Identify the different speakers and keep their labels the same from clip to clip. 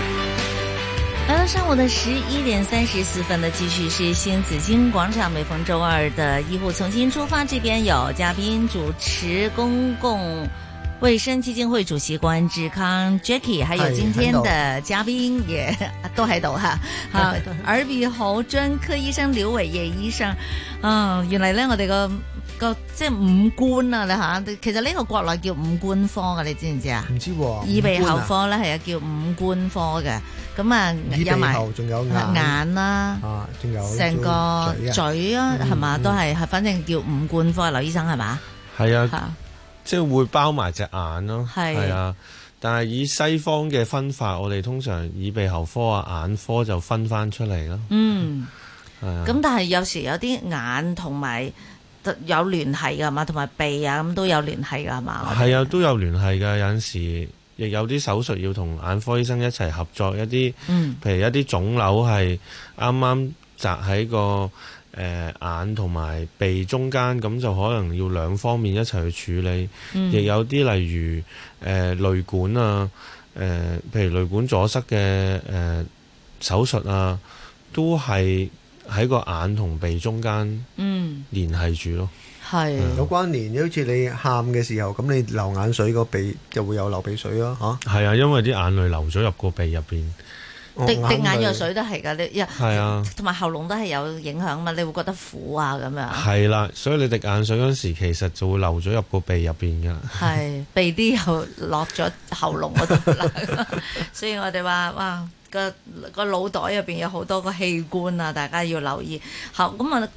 Speaker 1: 来到嗯上午的十一点三十四分呢，继续是新紫金广场，每逢周二的医护重新出发，这边有嘉宾主持公共。卫生基金会主席关志康 Jackie，还有
Speaker 2: 係
Speaker 1: 今天
Speaker 2: 喺度
Speaker 1: 的嘉賓也都喺度哈，啊耳鼻喉專科醫生廖維業醫生，啊，原嚟咧我哋個個即係五官啊，你吓，其實呢個國內叫五官科嘅，你知唔知啊？
Speaker 2: 唔知喎，
Speaker 1: 耳
Speaker 2: 耳
Speaker 1: 鼻喉科咧係啊叫五官科嘅，咁啊
Speaker 2: 耳鼻
Speaker 1: 有埋
Speaker 2: 喉仲有眼
Speaker 1: 眼啦。
Speaker 2: 啊，仲有
Speaker 1: 成個
Speaker 2: 嘴啊
Speaker 1: 嘴啊，係嘛，
Speaker 2: 嗯
Speaker 1: 都係係，反正叫五官科，劉醫生係嘛，
Speaker 3: 係啊，
Speaker 1: 嚇
Speaker 3: 即係會包埋隻眼咯。
Speaker 1: 係
Speaker 3: 係啊，但係以西方嘅分法，我哋通常耳鼻喉科啊、眼科就分翻出嚟咯。
Speaker 1: 嗯。
Speaker 3: 係啊，
Speaker 1: 咁但係有時有啲眼同埋特有聯繫㗎嘛，同埋鼻啊咁都有聯繫㗎嘛。
Speaker 3: 係啊，都有聯繫㗎。有陣時亦有啲手術要同眼科醫生一齊合作，一啲
Speaker 1: 嗯
Speaker 3: 譬如一啲腫瘤係啱啱擲喺個誒、呃眼同埋鼻中間，咁就可能要兩方面一齊去處理。亦
Speaker 1: 嗯
Speaker 3: 有啲例如誒、呃、淚管啊，誒、譬如淚管阻塞嘅誒、呃手術啊，都係喺個眼同鼻中間
Speaker 1: 嗯，
Speaker 3: 聯繫住咯。
Speaker 1: 係
Speaker 3: 嗯
Speaker 2: 有關聯，好似你喊嘅時候，咁你流眼水個鼻就會有流鼻水咯，嚇。
Speaker 3: 係啊，因為啲眼淚流咗入個鼻入邊。
Speaker 1: 滴
Speaker 2: 哦
Speaker 1: 滴眼藥，水都係㗎，你一
Speaker 3: 係啊，
Speaker 1: 同埋喉嚨都係有影響嘛，你會覺得苦啊咁樣。
Speaker 3: 係啦、所以你滴眼水嗰陣時，其實就會流咗入個鼻入邊㗎啦。
Speaker 1: 係鼻啲又落咗喉嚨嗰度啦，所以我哋話哇個個腦袋入邊有好多個器官啊，大家要留意。好咁啊，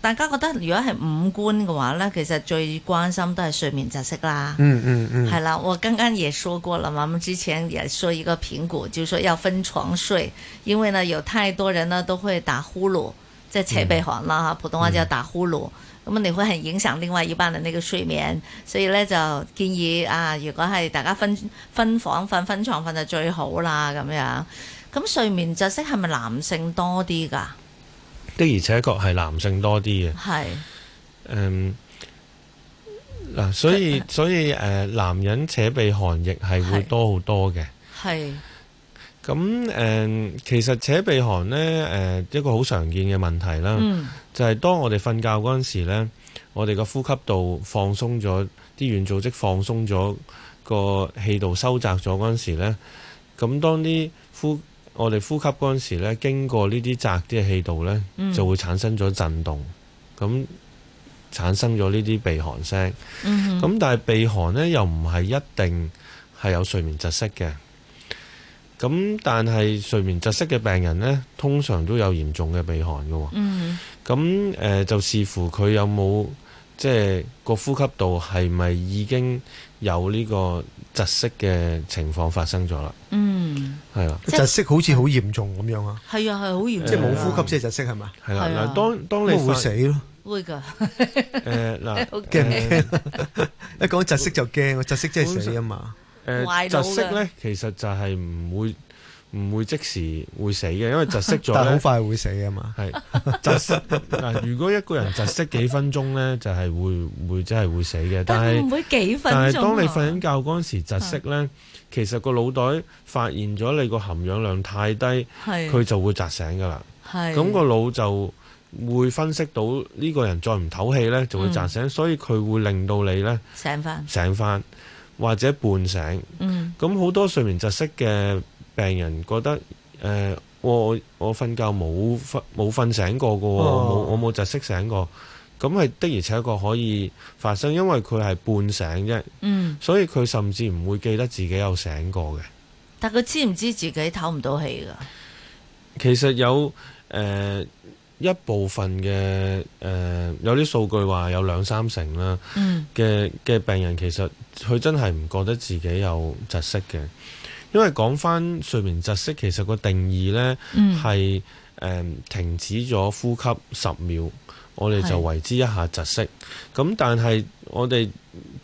Speaker 1: 大家覺得如果係五官嘅話咧，其實最關心都係睡眠窒息啦。
Speaker 2: 嗯嗯嗯，
Speaker 1: 好了，我刚刚也说过了嘛，我们之前也说一个评估，就是说要分床睡，因为呢有太多人呢都会打呼噜，在扯北行啦
Speaker 2: 嗯
Speaker 1: 哈，普通话叫打呼噜。咁啊，你會係影響另外一班人呢個睡眠，所以咧就建議啊，如果係大家分分房瞓、分床瞓就最好啦咁樣。咁睡眠窒息係咪男性多啲㗎？
Speaker 3: 的而且確係男性多啲嘅。
Speaker 1: 係，
Speaker 3: 誒嗱、所 以所以誒、呃男人扯鼻鼾亦係會
Speaker 1: 係
Speaker 3: 多好多嘅。
Speaker 1: 係，
Speaker 3: 咁誒、呃其實扯鼻鼾呢，誒、一個好常見嘅問題啦，
Speaker 1: 嗯，
Speaker 3: 就係當我哋瞓覺嗰陣時呢，我哋個呼吸道放鬆咗，啲軟組織放鬆咗，個氣道收窄咗嗰陣時呢，咁當啲呼我哋呼吸嗰陣時呢，經過呢啲窄啲嘅氣道呢，
Speaker 1: 嗯
Speaker 3: 就會產生咗震動，咁產生咗呢啲鼻鼾聲。
Speaker 1: 嗯哼，
Speaker 3: 咁但係鼻鼾呢，又唔係一定係有睡眠窒息嘅。咁但係睡眠窒息嘅病人呢，通常都有嚴重嘅鼻鼾嘅喎。
Speaker 1: 嗯
Speaker 3: 咁誒、呃就視乎佢有冇即係個呼吸道係咪已經有呢個窒息嘅情況發生咗啦？
Speaker 1: 哼，嗯，
Speaker 3: 係啦，
Speaker 1: 即係
Speaker 2: 窒息好似好嚴重咁樣啊，
Speaker 1: 係啊，係好嚴重啊，
Speaker 2: 即係冇呼吸先係窒息係嘛？
Speaker 3: 係啦。
Speaker 1: 係啊
Speaker 3: 嗱，當當
Speaker 2: 咁
Speaker 3: 你
Speaker 2: 咪會
Speaker 3: 發
Speaker 2: 死 咯，
Speaker 1: 會㗎，
Speaker 3: 誒 嗱
Speaker 1: 好
Speaker 2: 驚唔
Speaker 3: 誒
Speaker 2: 驚？一講窒息就驚，窒息即係死啊嘛。
Speaker 3: 誒
Speaker 1: 壞腦
Speaker 3: 呃
Speaker 2: 啊
Speaker 3: 窒息
Speaker 1: 㗎
Speaker 3: 呢，其實就係唔會唔會即時會死嘅，因為窒息咗
Speaker 2: 但係好
Speaker 3: 呢。
Speaker 2: 快會死啊嘛。
Speaker 3: 係 窒息嗱，如果一個人窒息幾分鐘咧，就係會會真係會死嘅。但
Speaker 1: 但
Speaker 3: 係
Speaker 1: 唔會幾分
Speaker 3: 但
Speaker 1: 鐘
Speaker 3: 係當你
Speaker 1: 啊
Speaker 3: 瞓緊覺嗰陣時窒息咧，其實個腦袋發現咗你個含氧量太低，
Speaker 1: 係
Speaker 3: 佢就會窒醒噶啦。
Speaker 1: 係
Speaker 3: 咁個腦就會分析到呢個人再唔唞氣咧，
Speaker 1: 嗯
Speaker 3: 就會窒醒，所以佢會令到你咧
Speaker 1: 醒翻，
Speaker 3: 醒翻或者半醒。
Speaker 1: 嗯
Speaker 3: 咁好多睡眠窒息嘅病人覺得誒、呃我我我瞓覺冇瞓冇瞓醒過嘅喎，
Speaker 2: 哦
Speaker 3: 我冇我冇窒息醒過。咁係的而且確可以發生，因為佢係半醒啫，
Speaker 1: 嗯，
Speaker 3: 所以佢甚至唔會記得自己有醒過嘅。
Speaker 1: 但佢知唔知自己唞唔到氣噶？
Speaker 3: 其實有誒、呃一部分嘅誒、呃有啲數據話有兩三成啦
Speaker 1: 嗯
Speaker 3: 嘅嘅病人其實佢真係唔覺得自己有窒息嘅，因為講翻睡眠窒息其實個定義呢。
Speaker 1: 嗯，
Speaker 3: 係誒、停止咗呼吸十秒，我哋
Speaker 1: 係
Speaker 3: 就為之一下窒息。咁但係我哋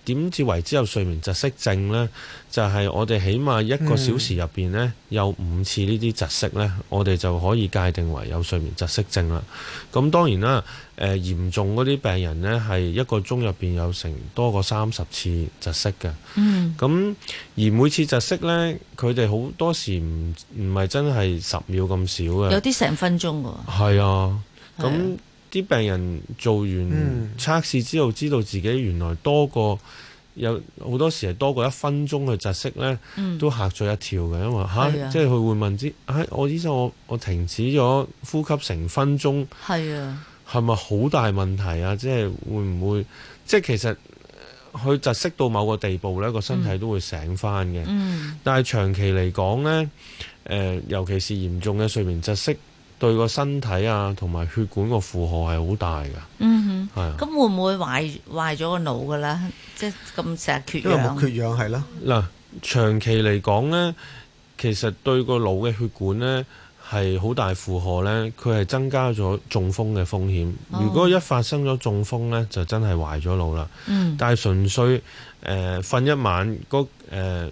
Speaker 3: 點至為之有睡眠窒息症呢？就係、我哋起碼一個小時入邊呢，有五次呢啲窒息呢，我哋就可以界定為有睡眠窒息症啦。咁當然啦，誒、嚴重嗰啲病人呢，係一個鐘入邊有成多過三十次窒息嘅。
Speaker 1: 嗯
Speaker 3: 咁而每次窒息呢，佢哋好多時唔唔係真係十秒咁少
Speaker 1: 有
Speaker 3: 嘅，
Speaker 1: 啲成分鐘噶，
Speaker 3: 係啊。
Speaker 1: 係
Speaker 3: 咁啲病人做完
Speaker 2: 嗯
Speaker 3: 測試之後，知道自己原來多過有好多時係多過一分鐘去窒息呢，
Speaker 1: 嗯
Speaker 3: 都嚇咗一跳嘅，因為嚇、
Speaker 1: 係啊
Speaker 3: 即係佢會問之，唉、我醫生我我停止咗呼吸成分鐘，
Speaker 1: 係啊，
Speaker 3: 係咪好大問題啊？即係會唔會即係其實呃佢窒息到某個地步呢，個身體都會醒翻嘅。
Speaker 1: 嗯
Speaker 3: 但係長期嚟講呢，誒、尤其是嚴重嘅睡眠窒息，對個身體啊同埋血管個負荷係好大㗎，
Speaker 1: 嗯
Speaker 3: 係啊
Speaker 1: 哼，咁。會唔會壞壞咗個腦噶啦？即係咁成日缺
Speaker 2: 因為冇
Speaker 1: 氧，
Speaker 2: 缺氧係啦，
Speaker 3: 嗱，長期嚟講呢，其實對個腦嘅血管呢係好大負荷呢，佢係增加咗中風嘅風險。
Speaker 1: 哦
Speaker 3: 如果一發生咗中風呢，就真係壞咗腦啦。
Speaker 1: 嗯
Speaker 3: 但係純粹誒瞓、一晚嗰、呃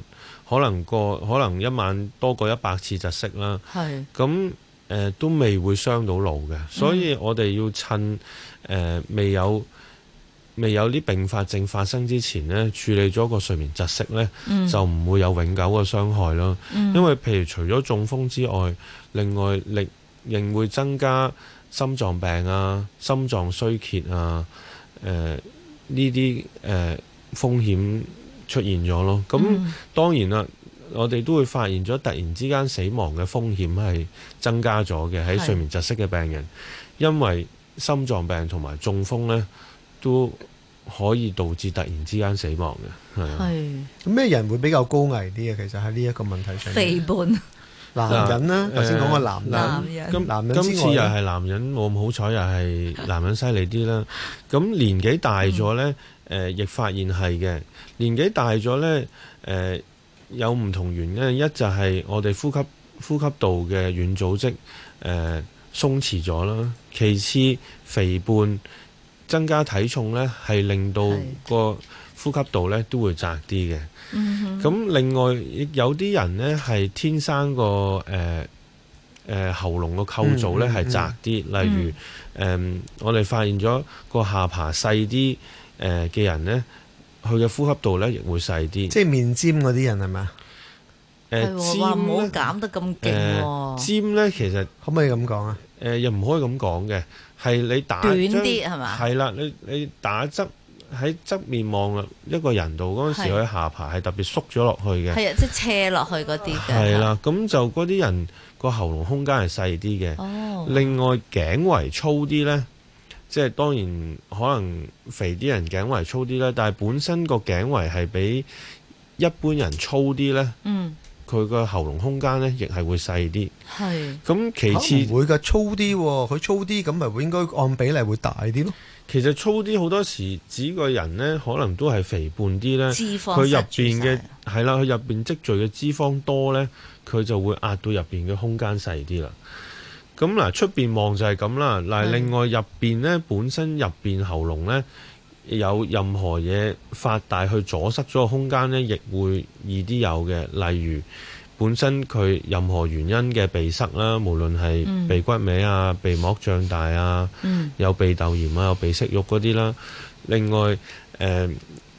Speaker 3: 可能個可能一晚多過一百次窒息啦。
Speaker 1: 係
Speaker 3: 咁誒、呃都未會傷到腦
Speaker 1: 嗯
Speaker 3: 嘅，所以我哋要趁誒、呃未有未有啲併發症發生之前呢，處理咗個睡眠窒息呢，
Speaker 1: 嗯
Speaker 3: 就唔會有永久嘅傷害咯。
Speaker 1: 嗯
Speaker 3: 因為譬如除咗中風之外，另外力仍會增加心臟病啊、心臟衰竭啊、誒呢啲誒風險出現咗咯。咁、
Speaker 1: 嗯
Speaker 3: 當然啦，我哋都會發現咗突然之間死亡嘅風險係增加咗嘅喺
Speaker 1: 係
Speaker 3: 睡眠窒息嘅病人，因為心臟病同埋中風呢，都可以導致突然之間死亡嘅，係啊。
Speaker 1: 係
Speaker 2: 咁咩人會比較高危啲啊？其實喺呢一個問題上面，
Speaker 1: 肥胖
Speaker 2: 男人啦，
Speaker 3: 嗱
Speaker 2: 頭先講
Speaker 3: 誒
Speaker 2: 個男
Speaker 1: 男
Speaker 2: 人，
Speaker 1: 人，
Speaker 3: 今
Speaker 2: 男人之外
Speaker 3: 今
Speaker 2: 呢
Speaker 3: 次又係男人冇咁好彩，又係男人犀利啲啦。咁年紀大咗呢，誒、
Speaker 1: 嗯
Speaker 3: 亦發現係嘅。年紀大咗呢，誒、有唔同原因，一就係我哋呼吸呼吸道嘅軟組織誒、鬆弛咗啦，其次肥胖增加體重呢，係令到
Speaker 1: 係
Speaker 3: 個呼吸道呢都會窄啲嘅。
Speaker 1: 嗯哼
Speaker 3: 咁另外亦有啲人呢，係天生個誒誒喉嚨個構造呢
Speaker 2: 嗯嗯
Speaker 3: 係窄啲，例
Speaker 1: 嗯
Speaker 3: 如誒、嗯我哋發現咗個下巴細啲誒嘅人呢，佢嘅呼吸道呢亦會細啲。誒、
Speaker 2: 即係面尖嗰啲人係咪啊？
Speaker 1: 係喎，哇唔好減得咁
Speaker 3: 尖
Speaker 1: 勁
Speaker 3: 呢誒
Speaker 1: 喎，
Speaker 3: 尖呢其實誒、
Speaker 2: 可唔可以咁講啊？
Speaker 3: 又唔可以咁講嘅，係你打
Speaker 1: 短
Speaker 3: 將
Speaker 1: 啲係嘛？
Speaker 3: 係啦，你你打側喺側面望啦一個人度嗰陣時，
Speaker 1: 係
Speaker 3: 佢下巴係特別縮咗落去嘅。
Speaker 1: 係啊，即係斜落去嗰啲嘅，
Speaker 3: 係，啦，咁就嗰啲人個喉嚨空間係細啲嘅。
Speaker 1: 哦，
Speaker 3: 另外頸圍粗啲呢，即係當然可能肥啲人頸圍粗啲啦，但係本身個頸圍係比一般人粗啲呢，
Speaker 1: 嗯
Speaker 3: 佢個喉嚨空間呢亦係會細啲。
Speaker 1: 係，
Speaker 3: 咁其
Speaker 2: 嚇
Speaker 3: 次，
Speaker 2: 唔會㗎，粗啲喎，佢粗啲咁咪會應該按比例會大啲咯。
Speaker 3: 其實粗啲好多時指個人呢，可能都係肥胖啲呢。
Speaker 1: 脂肪
Speaker 3: 佢入
Speaker 1: 邊
Speaker 3: 邊嘅係啦，佢入邊積聚嘅脂肪多呢，佢就會壓到入邊嘅空間細啲啦。咁嗱，出邊望就係咁啦。嗱，
Speaker 1: 嗯
Speaker 3: 另外入邊呢，本身入邊喉嚨呢，有任何嘢發大去阻塞咗個空間呢，亦會易啲有嘅。例如本身佢任何原因嘅鼻塞啦，無論
Speaker 1: 嗯
Speaker 3: 係鼻骨尾啊、鼻膜脹大啊。
Speaker 1: 嗯
Speaker 3: 有鼻竇炎啊，有鼻息肉嗰啲啦。另外誒、呃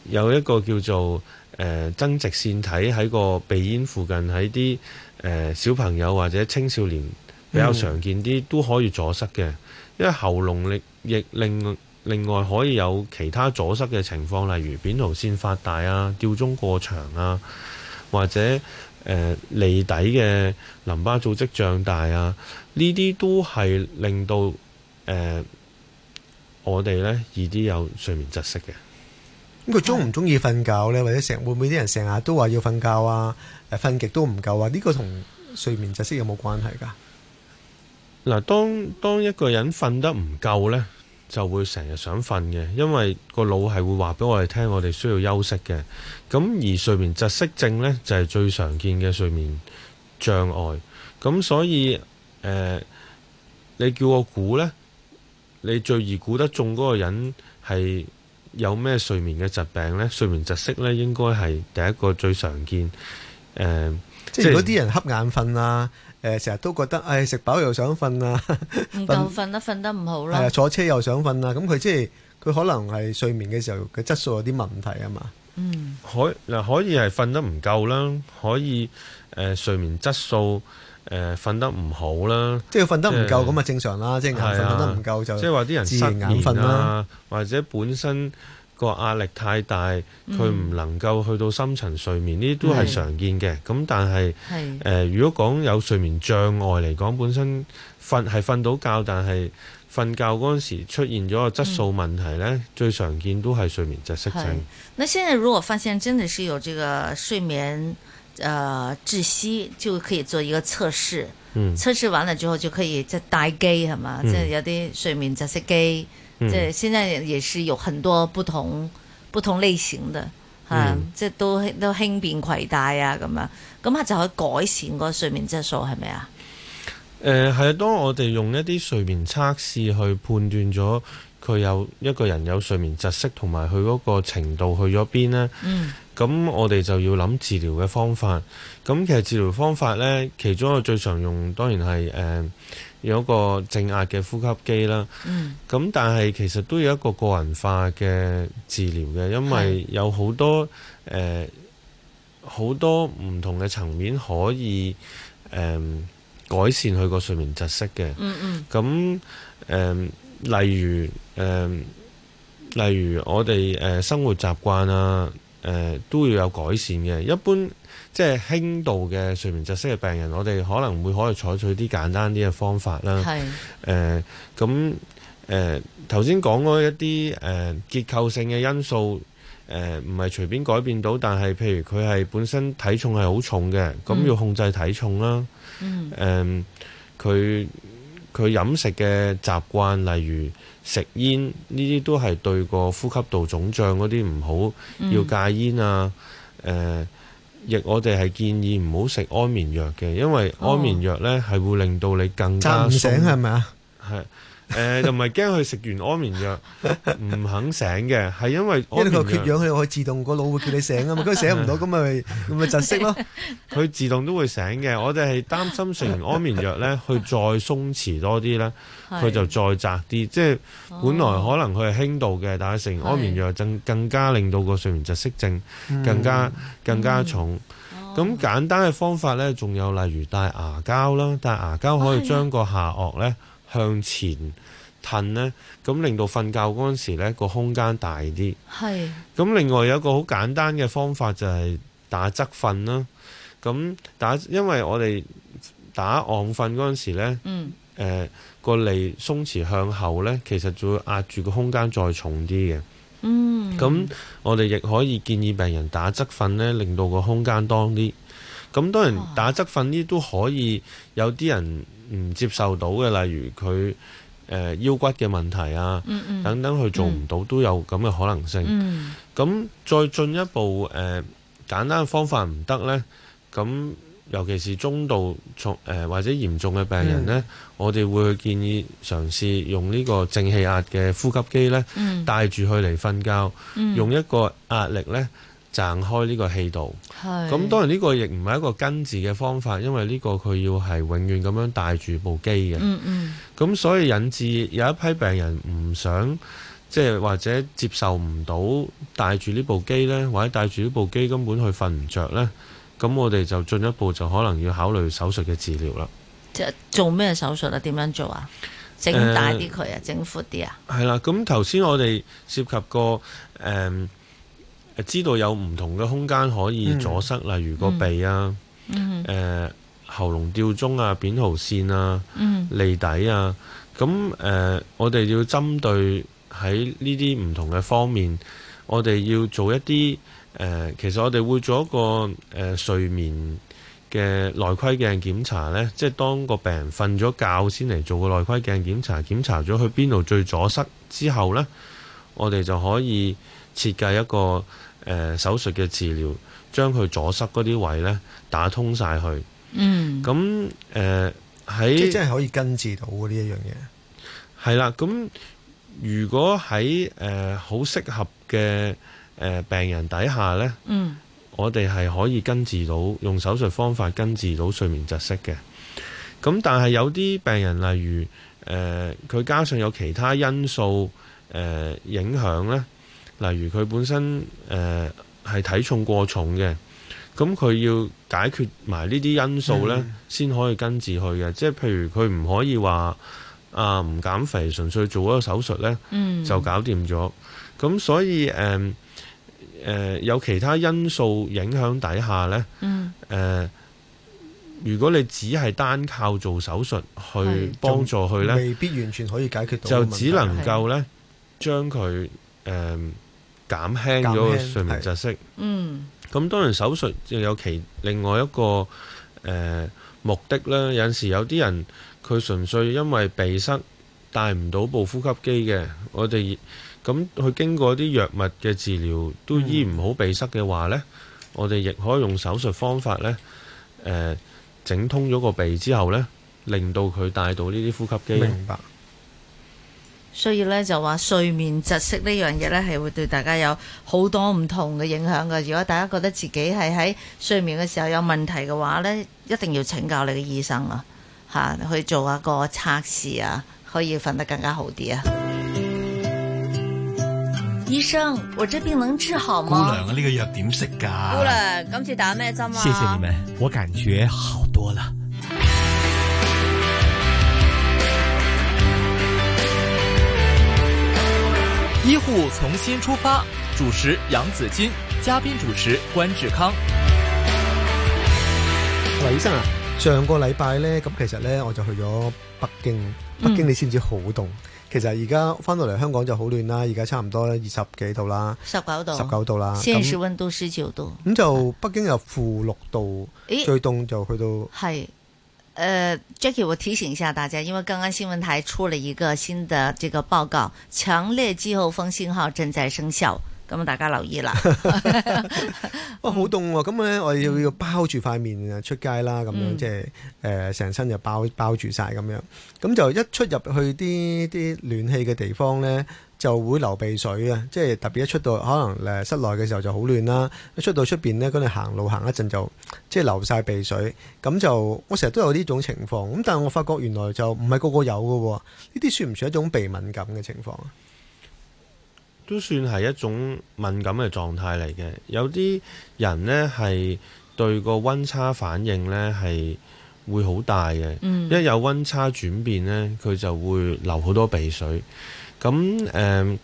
Speaker 3: 有一個叫做誒、呃、增殖腺體喺個鼻咽附近，喺啲誒小朋友或者青少年比較常見啲，都可以阻塞嘅。因為喉嚨力亦另另外可以有其他阻塞嘅情況，例如扁桃腺發大啊、吊鐘過長啊，或者誒、呃、脷底嘅淋巴組織脹大啊，呢啲都係令到誒、呃我哋呢易啲有睡眠窒息嘅。
Speaker 2: 咁佢中唔中意瞓覺咧？或者成會唔會啲人成日都話要瞓覺啊？誒瞓極都唔夠啊？呢個同睡眠窒息有冇關係㗎？
Speaker 3: 嗱，當當一個人瞓得唔夠呢，就會成日想瞓嘅，因為個腦係會話俾我哋聽，我哋需要休息嘅。咁而睡眠窒息症呢，就係、最常見嘅睡眠障礙。咁所以誒、呃你叫我估呢，你最易估得中嗰個人係有咩睡眠嘅疾病呢？睡眠窒息呢，應該係第一個最常見。誒、呃
Speaker 2: 即係如果啲人瞌眼瞓啊，誒成日都覺得，唉食飽又想瞓啊，
Speaker 1: 唔夠瞓得瞓得唔好
Speaker 2: 係
Speaker 1: 咯
Speaker 2: 啊，坐車又想瞓啊，咁佢即係佢可能係睡眠嘅時候嘅質素有啲問題啊嘛，
Speaker 1: 嗯，
Speaker 3: 可嗱可以係瞓得唔夠啦，可以誒、呃睡眠質素誒瞓、得唔好啦，
Speaker 2: 即係佢瞓得唔夠
Speaker 3: 即係
Speaker 2: 咁啊正常啦，即係眼
Speaker 3: 係
Speaker 2: 瞓
Speaker 3: 啊
Speaker 2: 瞓得唔夠就
Speaker 3: 即係話啲人
Speaker 2: 自
Speaker 3: 失
Speaker 2: 然眼瞓
Speaker 3: 眠
Speaker 2: 啦
Speaker 3: 啊，或者本身個壓力太大，
Speaker 2: 嗯
Speaker 3: 佢唔能夠去到深層睡眠，呢啲都係
Speaker 1: 係
Speaker 3: 常見嘅。咁但係
Speaker 1: 係
Speaker 3: 誒、如果講有睡眠障礙嚟講，本身瞓係瞓到覺，但係瞓覺嗰陣時出現咗個質素問題呢，最常見都係睡眠窒息
Speaker 1: 係
Speaker 3: 症。。
Speaker 1: 那現在如果發現真的是有這個睡眠呃窒息，就可以做一個測試。
Speaker 3: 嗯，
Speaker 1: 測試完了之後就可以即係戴機係嘛，
Speaker 3: 嗯
Speaker 1: 即係有啲睡眠窒息機，
Speaker 3: 嗯
Speaker 1: 即係現在也是有很多不同不同類型的嚇
Speaker 3: 嗯，
Speaker 1: 即係都都輕便攜帶啊咁樣，咁啊就可以改善個睡眠質素係咪啊？
Speaker 3: 誒係啊，當我哋用一啲睡眠測試去判斷咗佢有一個人有睡眠窒息同埋佢嗰個程度去咗邊呢，
Speaker 1: 嗯
Speaker 3: 咁我哋就要諗治療嘅方法。咁其實治療方法呢，其中一個最常用當然係誒、呃有一個正壓嘅呼吸機啦。
Speaker 1: 嗯
Speaker 3: 咁但係其實都有一個個人化嘅治療嘅，因為有好多誒好、多唔同嘅層面可以誒、呃改善佢個睡眠窒息嘅。
Speaker 1: 嗯嗯
Speaker 3: 咁誒、呃例如誒、呃例如我哋誒、呃生活習慣啊，誒、都要有改善嘅。一般即係輕度嘅睡眠窒息嘅病人，我哋可能會可以採取啲簡單啲嘅方法啦。
Speaker 1: 嗯係
Speaker 3: 誒呃咁誒頭先講嗰一啲誒、呃、結構性嘅因素誒唔係隨便改變到，但係譬如佢係本身體重係好重嘅，咁
Speaker 1: 嗯
Speaker 3: 要控制體重啦。
Speaker 1: 嗯
Speaker 3: 誒佢佢飲食嘅習慣，例如食煙呢啲都係對個呼吸道腫脹嗰啲唔好，
Speaker 1: 嗯
Speaker 3: 要戒煙啊。誒、亦我哋係建議唔好食安眠藥嘅，因為
Speaker 1: 哦
Speaker 3: 安眠藥呢係會令到你更
Speaker 2: 扎
Speaker 3: 加
Speaker 2: 唔醒
Speaker 3: 鬆
Speaker 2: 係咪啊？
Speaker 3: 係誒，就唔係驚佢食完安眠藥唔肯醒嘅，係因為
Speaker 2: 因為
Speaker 3: 安
Speaker 2: 佢有缺
Speaker 3: 眠藥
Speaker 2: 氧，佢可以自動個腦會叫你醒啊嘛，佢醒唔到咁咪咁咪窒 息咯。
Speaker 3: 佢自動都會醒嘅。我哋係擔心食完安眠藥咧，佢再鬆弛多啲咧，
Speaker 1: 係
Speaker 3: 佢就再窄啲。即係本來
Speaker 1: 哦
Speaker 3: 可能佢係輕度嘅，但係食完安眠藥更更加令到個睡眠窒息症
Speaker 2: 嗯
Speaker 3: 更加更加重。
Speaker 1: 哦
Speaker 3: 咁簡單嘅方法咧，仲有例如戴牙膠啦，戴牙膠可
Speaker 1: 哦係啊
Speaker 3: 以將個下顎咧向前褪咧，咁令到瞓覺嗰陣時咧個空間大啲。
Speaker 1: 係
Speaker 3: 咁另外有一個好簡單嘅方法就係打側瞓啦。咁打因為我哋打昂瞓嗰陣時咧，
Speaker 1: 嗯
Speaker 3: 誒個脷鬆弛向後咧，其實就會壓住個空間再重啲嘅。
Speaker 1: 嗯
Speaker 3: 咁、我哋亦可以建議病人打側瞓咧，令到個空間當啲。咁當然
Speaker 1: 哦
Speaker 3: 打側瞓呢都可以有啲人唔接受到嘅，例如佢誒、呃腰骨嘅問題啊，
Speaker 1: 嗯嗯
Speaker 3: 等等佢做唔到都有咁嘅可能性。
Speaker 1: 嗯
Speaker 3: 咁再進一步誒、呃、簡單嘅方法唔得呢，咁尤其是中度重誒、呃或者嚴重嘅病人呢，
Speaker 1: 嗯
Speaker 3: 我哋會建議嘗試用呢個正氣壓嘅呼吸機呢，
Speaker 1: 嗯
Speaker 3: 帶住佢嚟瞓覺，
Speaker 1: 嗯
Speaker 3: 用一個壓力呢，掙開呢個氣道。
Speaker 1: 係
Speaker 3: 咁當然呢個亦唔係一個根治嘅方法，因為呢個佢要係永遠咁樣帶住部機嘅。
Speaker 1: 嗯嗯
Speaker 3: 咁所以引致有一批病人唔想，即係或者接受唔到帶住呢部機呢，或者帶住呢部機根本佢瞓唔着呢。咁我哋就進一步就可能要考慮手術嘅治療啦。
Speaker 1: 即係做咩手術啊？點樣做啊？整大
Speaker 3: 呃
Speaker 1: 啲佢啊，整闊啲啊？
Speaker 3: 係啦，咁頭先我哋涉及過誒、嗯知道有唔同嘅空間可以阻塞，例如個鼻啊、
Speaker 1: 嗯
Speaker 3: 誒、喉嚨吊鐘啊、扁桃腺啊。
Speaker 1: 嗯
Speaker 3: 脷底啊，咁誒、呃我哋要針對喺呢啲唔同嘅方面，我哋要做一啲誒、呃其實我哋會做一個誒、呃睡眠嘅內窺鏡檢查呢，即係當個病人瞓咗覺先嚟做個內窺鏡檢查，檢查咗佢邊度最阻塞之後呢，我哋就可以設計一個誒、呃手術嘅治療，將佢阻塞嗰啲位呢打通晒佢。
Speaker 1: 嗯
Speaker 3: 咁誒喺
Speaker 2: 即係真係可以根治到嘅呢一樣嘢。
Speaker 3: 係啦，咁如果喺誒好適合嘅誒、呃病人底下呢，
Speaker 1: 嗯
Speaker 3: 我哋係可以根治到用手術方法根治到睡眠窒息嘅。咁但係有啲病人，例如誒佢、加上有其他因素誒、呃影響呢，例如佢本身誒係、體重過重嘅，咁佢要解決埋呢啲因素呢，先、可以根治佢嘅。即係譬如佢唔可以話啊唔減肥，純粹做一個手術呢。
Speaker 1: 嗯，
Speaker 3: 就搞掂咗。咁所以誒誒、嗯呃有其他因素影響底下呢，
Speaker 1: 嗯
Speaker 3: 誒、如果你只係單靠做手術去
Speaker 1: 係
Speaker 3: 幫助佢呢，
Speaker 2: 未必完全可以解決到
Speaker 3: 就
Speaker 2: 個問題，
Speaker 3: 只能夠呢將佢誒減輕咗
Speaker 2: 減
Speaker 3: 個
Speaker 2: 輕
Speaker 3: 睡眠
Speaker 2: 係
Speaker 3: 窒息。
Speaker 1: 嗯
Speaker 3: 咁當然手術又有其另外一個誒、呃目的啦。有陣時有啲人佢純粹因為鼻塞帶唔到部呼吸機嘅，我哋咁佢經過啲藥物嘅治療都醫唔好鼻塞嘅話呢，我哋亦可以用手術方法呢，誒、整通咗個鼻之後呢，令到佢帶到呢啲呼吸機。
Speaker 2: 明白。
Speaker 1: 所以咧就話睡眠窒息呢樣嘢咧係會對大家有好多唔同嘅影響嘅。如果大家覺得自己係喺睡眠嘅時候有問題嘅話咧，一定要請教你嘅醫生啊，嚇去做一個測試啊，可以瞓得更加好啲啊。醫生，我這病能治好
Speaker 4: 姑娘
Speaker 1: 嗎？
Speaker 4: 啊，呢個藥點食㗎？
Speaker 5: 姑娘，今次打咩針啊？
Speaker 6: 谢谢你们，我感觉好多了。
Speaker 7: 医护从新出发，主持杨紫金，嘉宾主持关志康。
Speaker 2: 喂，醫生啊，上個禮拜咧，咁其實咧我就去咗北京，
Speaker 3: 嗯
Speaker 2: 北京你知唔知好凍？其實而家翻到嚟香港就好暖啦，而家差唔多二十幾度啦，
Speaker 1: 十九度，
Speaker 2: 十九度啦。
Speaker 1: 哦現時
Speaker 2: 咁
Speaker 1: 溫度十九度。
Speaker 2: 咁就北京有負六度，
Speaker 1: 咦
Speaker 2: 最凍就去到
Speaker 1: 嗨，呃，Jackie，我提醒一下大家，因为刚刚新闻台出了一个新的这个报告，强烈季候风信号正在生效，咁啊大家留意 啦。
Speaker 2: 哇好哦凍喎！咁咧我哋要要包住塊面啊出街啦，咁樣
Speaker 1: 嗯
Speaker 2: 即係誒成身就包包住晒咁樣。咁就一出入去啲啲暖氣嘅地方咧，就會流鼻水啊！即係特別一出到可能誒室內嘅時候就好暖啦，一出到出邊咧，嗰度行路行一陣就即係流晒鼻水。咁就我成日都有呢種情況，咁但係我發覺原來就唔係個個有嘅喎。呢啲算唔算一種鼻敏感嘅情況啊？
Speaker 3: 都算係一種敏感嘅狀態嚟嘅。有啲人呢係對個温差反應呢係會好大嘅，
Speaker 1: 嗯
Speaker 3: 一有温差轉變呢，佢就會流好多鼻水。咁誒、呃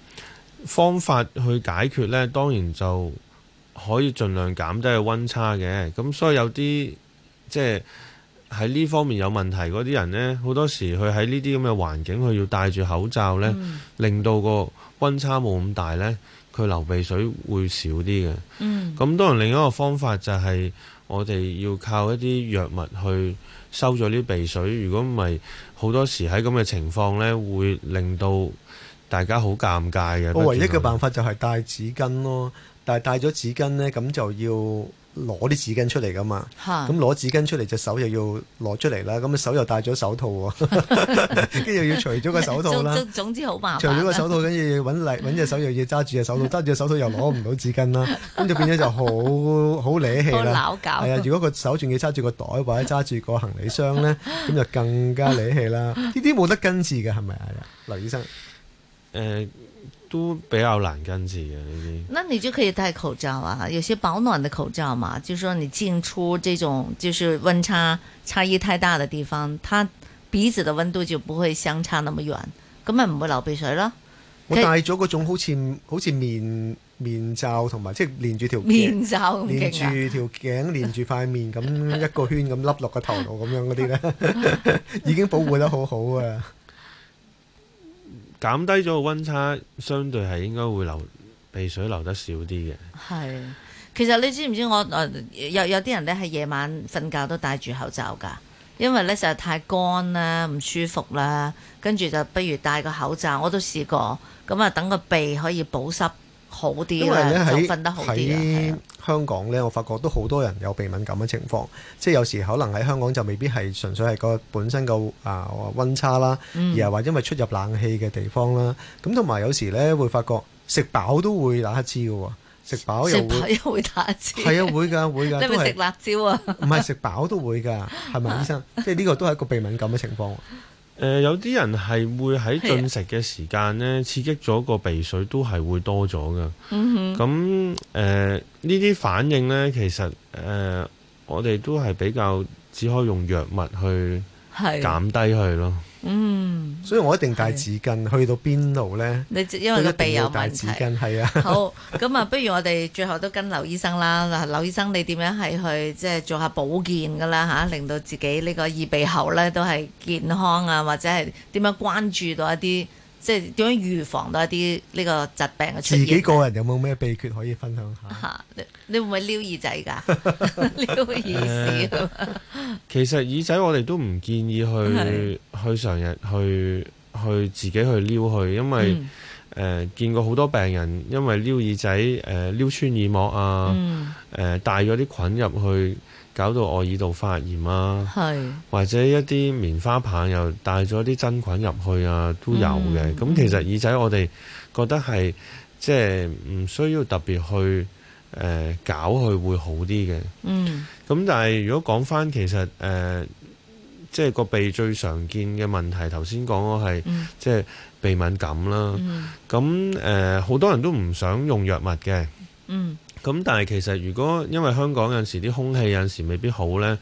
Speaker 3: 方法去解決呢，當然就可以盡量減低個温差嘅。咁所以有啲即係喺呢方面有問題嗰啲人呢，好多時佢喺呢啲咁嘅環境，佢要戴住口罩呢。
Speaker 1: 嗯
Speaker 3: 令到個温差冇咁大呢，佢流鼻水會少啲嘅。
Speaker 1: 嗯
Speaker 3: 咁當然另一個方法就係我哋要靠一啲藥物去收咗啲鼻水，如果唔係好多時喺咁嘅情況呢，會令到大家好尷尬嘅。
Speaker 2: 哦我唯一
Speaker 3: 不
Speaker 2: 嘅
Speaker 3: 斷
Speaker 2: 辦法就係帶紙巾咯，但係帶咗紙巾呢，咁就要攞啲紙巾出嚟噶嘛。
Speaker 1: 吓
Speaker 2: 咁攞紙巾出嚟，隻手又要攞出嚟啦。咁手又戴咗手套喎， 跟住又要除咗個手套啦
Speaker 1: 總。總呃之好麻
Speaker 2: 除咗
Speaker 1: 煩
Speaker 2: 個
Speaker 1: 啦。
Speaker 2: 手套，跟住要揾嚟揾隻手又要揸住隻手套，揸住隻手套又攞唔到紙巾啦，咁就變咗就好好攣氣
Speaker 1: 好
Speaker 2: 啦。
Speaker 1: 攪搞
Speaker 2: 係啊，如果個手仲要揸住個袋或者揸住個行李箱咧，咁就更加攣氣啦。呢啲冇得根治嘅係咪啊？劉醫生，
Speaker 3: 誒呃都比較難根治嘅呢
Speaker 1: 那你就可以戴口罩啊，有些保暖的口罩嘛，就是说你进出这种就是温差差异太大的地方，它鼻子的温度就不会相差那么远，咁咪唔會流鼻水咯。
Speaker 2: 我
Speaker 1: 其實
Speaker 2: 戴咗嗰種好似好似面面罩同埋即係連住條頸
Speaker 1: 面罩咁
Speaker 2: 連
Speaker 1: 勁啊！
Speaker 2: 住條頸，連住塊面咁一個圈咁笠落個頭度咁樣嗰 啲咧，已經保護得好好啊！
Speaker 3: 啲。減低咗個温差，相對係應該會流鼻水流得少啲嘅。
Speaker 1: 係，其實你知唔知我誒、呃有有啲人咧係夜晚瞓覺都戴住口罩㗎，因為咧實在太乾啦，唔舒服啦，跟住就不如戴個口罩。我都試過，咁啊等個鼻可以保濕好啲
Speaker 2: 因為
Speaker 1: 啦，
Speaker 2: 咧
Speaker 1: 就
Speaker 2: 喺
Speaker 1: 瞓得好啲啦。係
Speaker 2: 喺
Speaker 1: 啊
Speaker 2: 香港呢，我發覺都好多人有鼻敏感嘅情況，即係有時可能喺香港就未必係純粹係個本身個啊温差啦，
Speaker 1: 嗯
Speaker 2: 而係話因為出入冷氣嘅地方啦，咁同埋有時呢，會發覺食飽都會打乞嗤嘅喎，食飽
Speaker 1: 食
Speaker 2: 又會
Speaker 1: 飽又會打字，
Speaker 2: 係啊會㗎會
Speaker 1: 你
Speaker 2: 㗎，
Speaker 1: 係
Speaker 2: 都
Speaker 1: 咪食
Speaker 2: 係
Speaker 1: 辣椒啊？
Speaker 2: 唔係食飽都會㗎，係 咪醫生？即係呢個都係一個鼻敏感嘅情況喎。
Speaker 3: 誒、呃有啲人係會
Speaker 1: 啊
Speaker 3: 喺進食嘅時間呢，刺激咗個鼻水都係會多咗嘅。
Speaker 1: 嗯
Speaker 3: 咁誒呢啲反應呢，其實誒、呃我哋都係比較只可以用藥物去
Speaker 1: 係，
Speaker 3: 減低佢咯。
Speaker 1: 嗯，
Speaker 2: 所以我一定帶紙巾，去到邊度呢？
Speaker 1: 你因為
Speaker 2: 都
Speaker 1: 個
Speaker 2: 一定
Speaker 1: 鼻
Speaker 2: 要
Speaker 1: 有
Speaker 2: 帶
Speaker 1: 問
Speaker 2: 紙
Speaker 1: 題。
Speaker 2: 巾，係啊。
Speaker 1: 好，咁啊，不如我哋最後都跟劉醫生啦。嗱，劉醫生你點樣係去即係做下保健噶啦吓，令到自己呢個耳鼻喉咧都係健康啊，或者係點樣關注到一啲即係點樣預防到一啲呢個疾病嘅出
Speaker 2: 自
Speaker 1: 現？
Speaker 2: 己個人有冇咩秘訣可以分享 下？
Speaker 1: 吓，你你會唔會撩耳仔㗎？ 撩耳屎啊
Speaker 3: 其實耳仔我哋都唔建議去去成日去去自己去撩佢，因為誒、
Speaker 1: 嗯
Speaker 3: 呃見過好多病人因為撩耳仔誒、撩穿耳膜啊，誒、
Speaker 1: 嗯，
Speaker 3: 帶咗啲菌入去，搞到外耳道發炎啊。
Speaker 1: 係
Speaker 3: 或者一啲棉花棒又帶咗啲真菌入去啊，都有嘅。
Speaker 1: 嗯
Speaker 3: 咁、其實耳仔我哋覺得係即係唔需要特別去誒、呃搞佢會好啲嘅。
Speaker 1: 嗯
Speaker 3: 咁但係如果講翻其實誒、呃即係個鼻最常見嘅問題，頭先講我係
Speaker 1: 嗯
Speaker 3: 即係鼻敏感啦。
Speaker 1: 嗯
Speaker 3: 咁誒好多人都唔想用藥物嘅。
Speaker 1: 嗯
Speaker 3: 咁但係其實如果因為香港有陣時啲空氣有陣時未必好呢，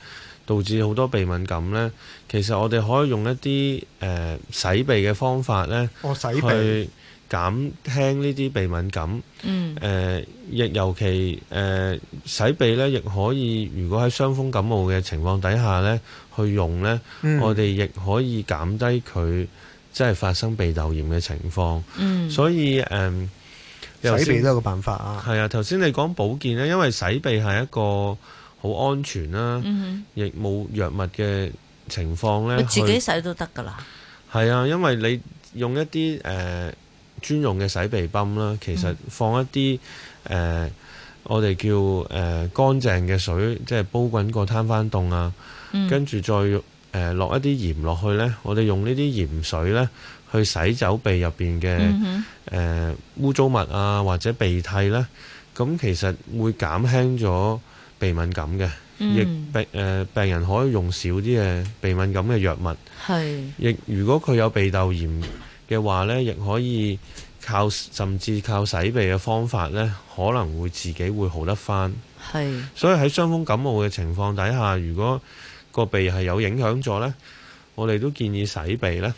Speaker 3: 導致好多鼻敏感呢。其實我哋可以用一啲誒、呃洗鼻嘅方法呢，
Speaker 2: 我洗鼻，
Speaker 3: 去減輕呢啲鼻敏感。
Speaker 1: 嗯
Speaker 3: 誒、亦尤其誒、呃洗鼻呢，亦可以如果喺傷風感冒嘅情況底下呢，去用呢，
Speaker 2: 嗯
Speaker 3: 我哋亦可以減低佢即係發生鼻竇炎嘅情況。
Speaker 1: 嗯，
Speaker 3: 所以誒、呃你頭先
Speaker 2: 洗鼻都有個辦法啊。
Speaker 3: 係啊，頭先你講保健咧，因為洗鼻係一個好安全啦，
Speaker 1: 嗯
Speaker 3: 亦冇藥物嘅情況
Speaker 1: 哼，
Speaker 3: 咧。
Speaker 1: 你自己洗都得㗎啦。
Speaker 3: 去係啊，因為你用一啲誒、呃、專用嘅洗鼻泵啦，其
Speaker 1: 嗯
Speaker 3: 實放一啲誒、呃我哋叫誒、呃、乾淨嘅水，即係煲滾個攤翻凍啊，
Speaker 1: 嗯
Speaker 3: 跟住再誒落、一啲鹽落去咧，我哋用呢啲鹽水咧去洗走鼻入邊嘅。
Speaker 1: 嗯哼
Speaker 3: 誒呃污糟物啊，或者鼻涕呢，咁其實會減輕咗鼻敏感嘅，
Speaker 1: 嗯
Speaker 3: 亦病誒、呃病人可以用少啲嘅鼻敏感嘅藥物，
Speaker 1: 係
Speaker 3: 亦如果佢有鼻竇炎嘅話呢，亦可以靠甚至靠洗鼻嘅方法呢，可能會自己會好得返。
Speaker 1: 係
Speaker 3: 所以喺傷風感冒嘅情況底下，如果個鼻係有影響咗呢，我哋都建議洗鼻呢，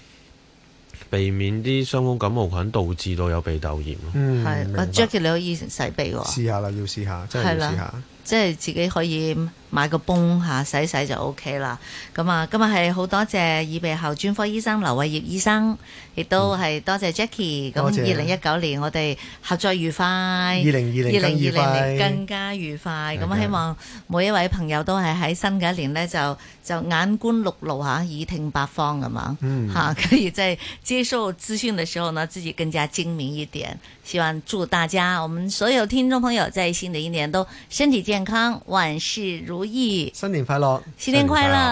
Speaker 3: 避免啲傷風感冒菌導致到有鼻竇炎咯。
Speaker 2: 嗯，
Speaker 1: 係。
Speaker 2: 明
Speaker 1: 阿
Speaker 2: 白
Speaker 1: Jackie 你可以洗鼻喎，
Speaker 2: 試下啦，要試下，真係要試下。
Speaker 1: 即係自己可以買個泵嚇洗洗就 O K 啦。咁啊，今日係好多謝耳鼻喉專科醫生劉偉業醫生，亦都係多謝 Jackie。咁
Speaker 2: 嗯多謝
Speaker 1: 二零一九年我哋合作愉快。
Speaker 2: 二零二
Speaker 1: 二零
Speaker 2: 零更愉
Speaker 1: 二零年
Speaker 2: 快
Speaker 1: 更。加愉快，
Speaker 2: 係
Speaker 1: 咁
Speaker 2: 嘅
Speaker 1: 希望每一位朋友都係喺新嘅一年呢，就就眼觀六路嚇，耳聽八方咁樣
Speaker 2: 嗯
Speaker 1: 嚇， 可以在接受資訊的時候呢，自己更加精明一點。希望祝大家，我們所有聽眾朋友在新的一年都身體健康，萬事如意，
Speaker 2: 新年快樂！
Speaker 1: 新年快樂！